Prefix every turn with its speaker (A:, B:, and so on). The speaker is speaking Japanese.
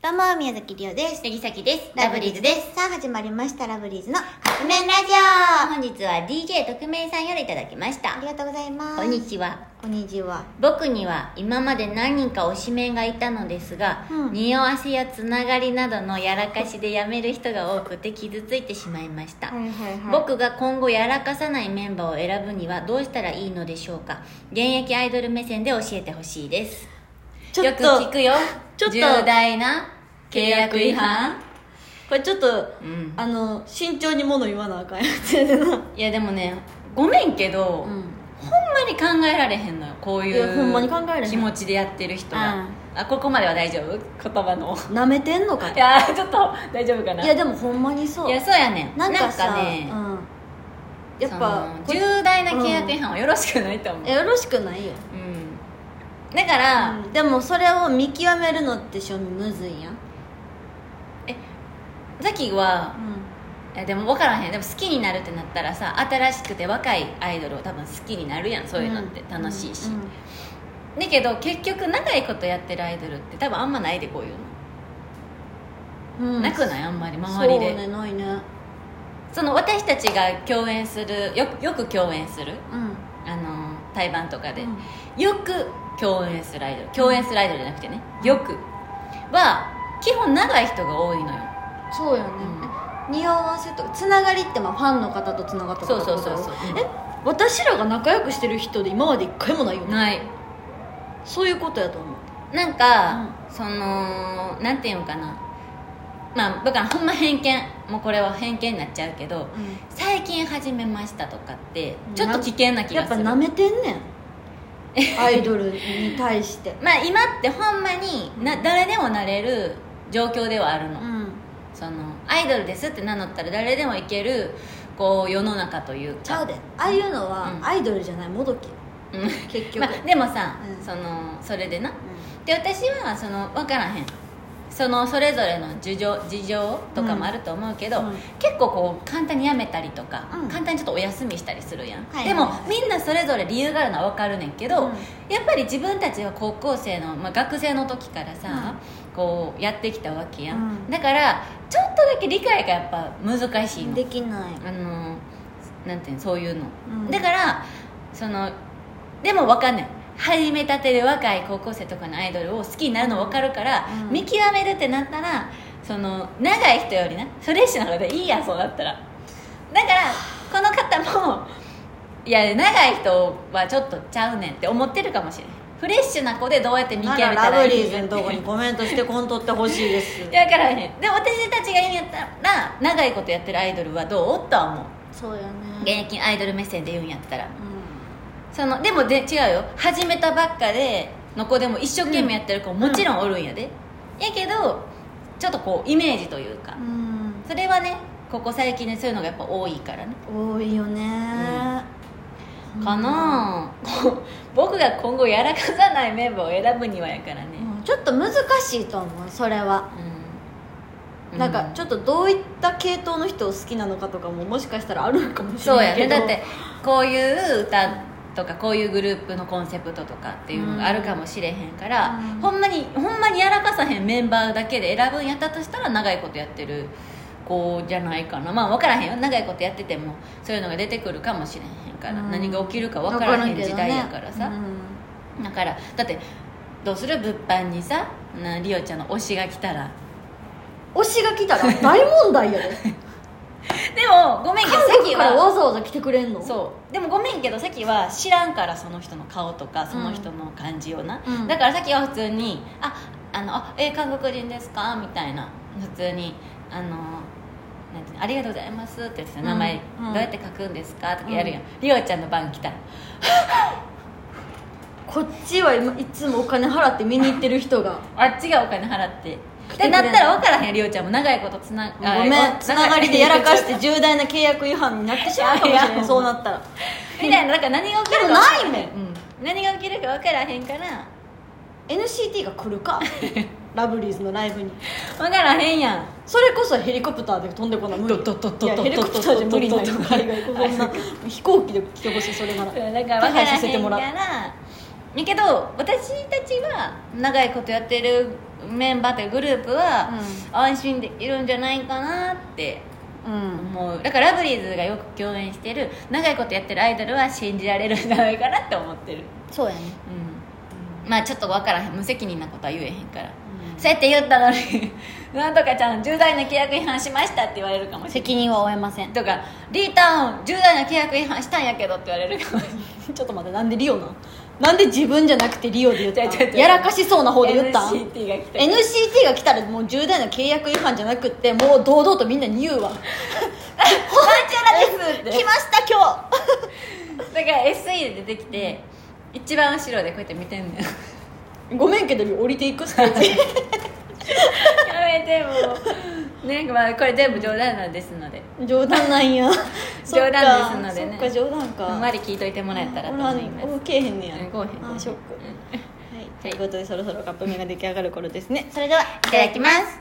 A: どうも、宮崎りおです。
B: 杉崎です。
A: す。さあ、始まりました、ラブリーズの
B: 革命ラジオ本日は DJ 特命さんよりいただきまし
A: あ
B: た
A: り。がとうございます。
B: こんにちは。
A: こんにちは。
B: 僕には今まで何人か推しメンがいたのですが、
A: うん
B: 匂わせやつながりなどのやらかしでやめる人が多くて傷ついてしまいました、
A: いはい
B: 僕が今後やらかさないメンバーを選ぶにはどうしたらいいのでしょうか現役アイドル目線で教えてほしいです
A: ちょっと
B: よく聞くよ
A: ちょっと
B: 重大な契約違反
A: これちょっと、
B: うん
A: あの、慎重にもの言わなあかんやつやでな。うん。
B: いやでもねごめんけど、ほんまに考えられへんのよこうい
A: いや
B: う
A: ほんまに考えられへん
B: 気持ちでやってる人は、
A: うん
B: あここまでは大丈夫言 葉の
A: 舐めてんのかい
B: いやーちょっと大丈夫かない
A: や、でもほんまにそう。
B: いやそうやねん
A: なんかさ、
B: ね
A: うん。やっぱ、
B: そ
A: こ
B: の重大な契約違反はよろしくないと思う、
A: えよろしくないよ。
B: うん、だから、
A: うんでもそれを見極めるのって正味むずいやん。
B: ザキは
A: う
B: いやでも分からへんでも好きになるってなったらさ新しくて若いアイドルを多分好きになるやんそういうのって楽しいし、
A: うんうん
B: だけど結局長いことやってるアイドルって多分あんまないでこういうの、
A: うん
B: なくないあんまり周りで
A: そうねないね
B: その私たちが共演するよよく共演する
A: うん
B: あの対バンとかで、
A: うん
B: よく共演するアイドル共演するアイドルじゃなくてねよくは基本長い人が多いのよ
A: そうよね、匂わせとつながりってまあファンの方とつながった
B: そうそうそうそう
A: え私らが仲良くしてる人で今まで一回もないよね
B: ない
A: そういうことやと思う
B: なんか、そのなんていうのかなまあ僕はほんま偏見もうこれは偏見になっちゃうけど、最近始めましたとかってちょっと危険な気
A: や
B: が
A: っ
B: す
A: ぱ
B: る
A: なめてんねん アイドルに対して
B: まあ今ってほんまにな誰でもなれる状況ではあるの、
A: うん
B: そのアイドルですって名乗ったら誰でもいけるこう世の中というか
A: ちゃうでああいうのは
B: うん
A: アイドルじゃないもどき
B: うん
A: 結局、
B: まあ、でもさ、
A: うん
B: そのそれでな
A: う
B: で私はその分からへんそのそれぞれの事情事情とかもあると思うけど、
A: うんうん
B: 結構こう簡単に辞めたりとか、
A: うん
B: 簡単にちょっとお休みしたりするやん、
A: はいはい
B: でもみんなそれぞれ理由があるのは分かるねんけど、
A: うん
B: やっぱり自分たちは高校生の、まあ、学生の時からさ、こうやってきたわけやん、
A: うん
B: だからちょっとだけ理解がやっぱ難しい
A: ん
B: の
A: できない
B: あのなんていうのそういうの、
A: うん
B: だからそのでも分かんない始めたてで若い高校生とかのアイドルを好きになるの分かるから、
A: うん
B: 見極めるってなったらその長い人よりなフレッシュな方でいいやそうだったらだからこの方もいや長い人はちょっとちゃうねんって思ってるかもしれないフレッシュな子でどうやって見極
A: な
B: めた
A: ら
B: ら
A: ラブ
B: いい
A: リ
B: の
A: ーズのとこにコメントしてこんとってほしいです
B: いや分からへんでも私たちがいいんやったら長いことやってるアイドルはどうとは思う
A: そうよね
B: 現役アイドル目線で言うんやったら
A: うん
B: そのでもで違うよ始めたばっかでの子でも一生懸命やってる子ももちろんおるんやで、やけどちょっとこうイメージというか、
A: うん
B: それはねここ最近ねそういうのがやっぱ多いからね、
A: 多いよね、
B: かなあこう 僕が今後やらかさないメンバーを選ぶにはやからね、
A: うんちょっと難しいと思うそれは、
B: う
A: なんかちょっとどういった系統の人を好きなのかとかももしかしたらあるかもしれ
B: そう
A: な
B: や
A: いけ
B: ね
A: ど
B: だってこういう歌とかこういうグループのコンセプトとかっていうのがあるかもしれへんから、
A: うん
B: ほんまにほんまにやらかさへんメンバーだけで選ぶんやったとしたら長いことやってる子じゃないかなまあ分からへんよ長いことやっててもそういうのが出てくるかもしれへんから、
A: うん
B: 何が起きるか分からへん時代や
A: わ
B: から
A: んけどね
B: さ、だからだってどうする物販にさなリオちゃんの推しが来たら
A: うん推しが来たら大問題 やで
B: でもごめんけど
A: 韓
B: さっ
A: 国
B: き
A: から
B: は
A: わざわざ来てくれんの
B: そうでもごめんけどさっきは知らんからその人の顔とかその人の感じをな、
A: うん
B: だからさっきは普通に「ああのあえ韓国人ですか?」みたいな普通に「あのなんていうのありがとうございます」って言ってさ
A: うん
B: 名前
A: うん
B: どうやって書くんですか?」とかやるやん、りおちゃんの番来たら
A: こっちは今いつもお金払って見に行ってる人が
B: あっちがお金払って
A: 来て
B: で
A: くれな
B: ないったら分からへんりおちゃんも長いことつな
A: ごめんつながりでやらかして重大な契約違反になってしまうかもしれ
B: い
A: な
B: や
A: いそうなったら
B: みたいなだから何が起きるか
A: でもないも
B: ん、うん、何が起きるか分からへんから
A: NCT が来るかラブリーズのライブに
B: 分からへんやん
A: それこそヘリコプターで飛んでこない無理
B: とととと
A: いやヘリコプターじゃ無理ないよ
B: ととと
A: 海外行くそんな飛行機で来てほしいそれなら
B: だから分からへん
A: 手配させてもらう
B: からやけど私たちは長いことやってるメンバーというグループは安心できるんじゃないかなって
A: うん
B: 思うだからラブリーズがよく共演してる長いことやってるアイドルは信じられるんじゃないかなって思ってる
A: そうやね
B: うんまあちょっと分からへん無責任なことは言えへんからそうやって言ったのに 「なんとかちゃん重大な契約違反しました」って言われるかもしれない
A: 責任は負えません
B: とか「リーターン重大な契約違反したんやけど」って言われるかもしれない
A: ちょっと待ってなんでリオなんなんで自分じゃなくてリオで言ったん
B: ちょちょちょ
A: やらかしそうな方で言ったん
B: NCT が来た
A: NCT が来たらもう重大な契約違反じゃなくってもう堂々とみんなに言うわ
B: なんちゃらですって
A: 来ました今
B: だから SE で出てきて一番後ろでこうやって見 てんのよ
A: 日ごめんけど降りていくステージ
B: やめてもうなんかまあこれ全部冗談なんですので
A: 冗談なんやそっか
B: 冗談ですのでね
A: そっか冗談か
B: あんまり聞いといてもらえたらと思います
A: おらんおけえへんねや
B: うんこうへん
A: あーショック
B: うん
A: はいということでそろそろカップ麺が出来上がる頃ですねそれではい
B: ただきます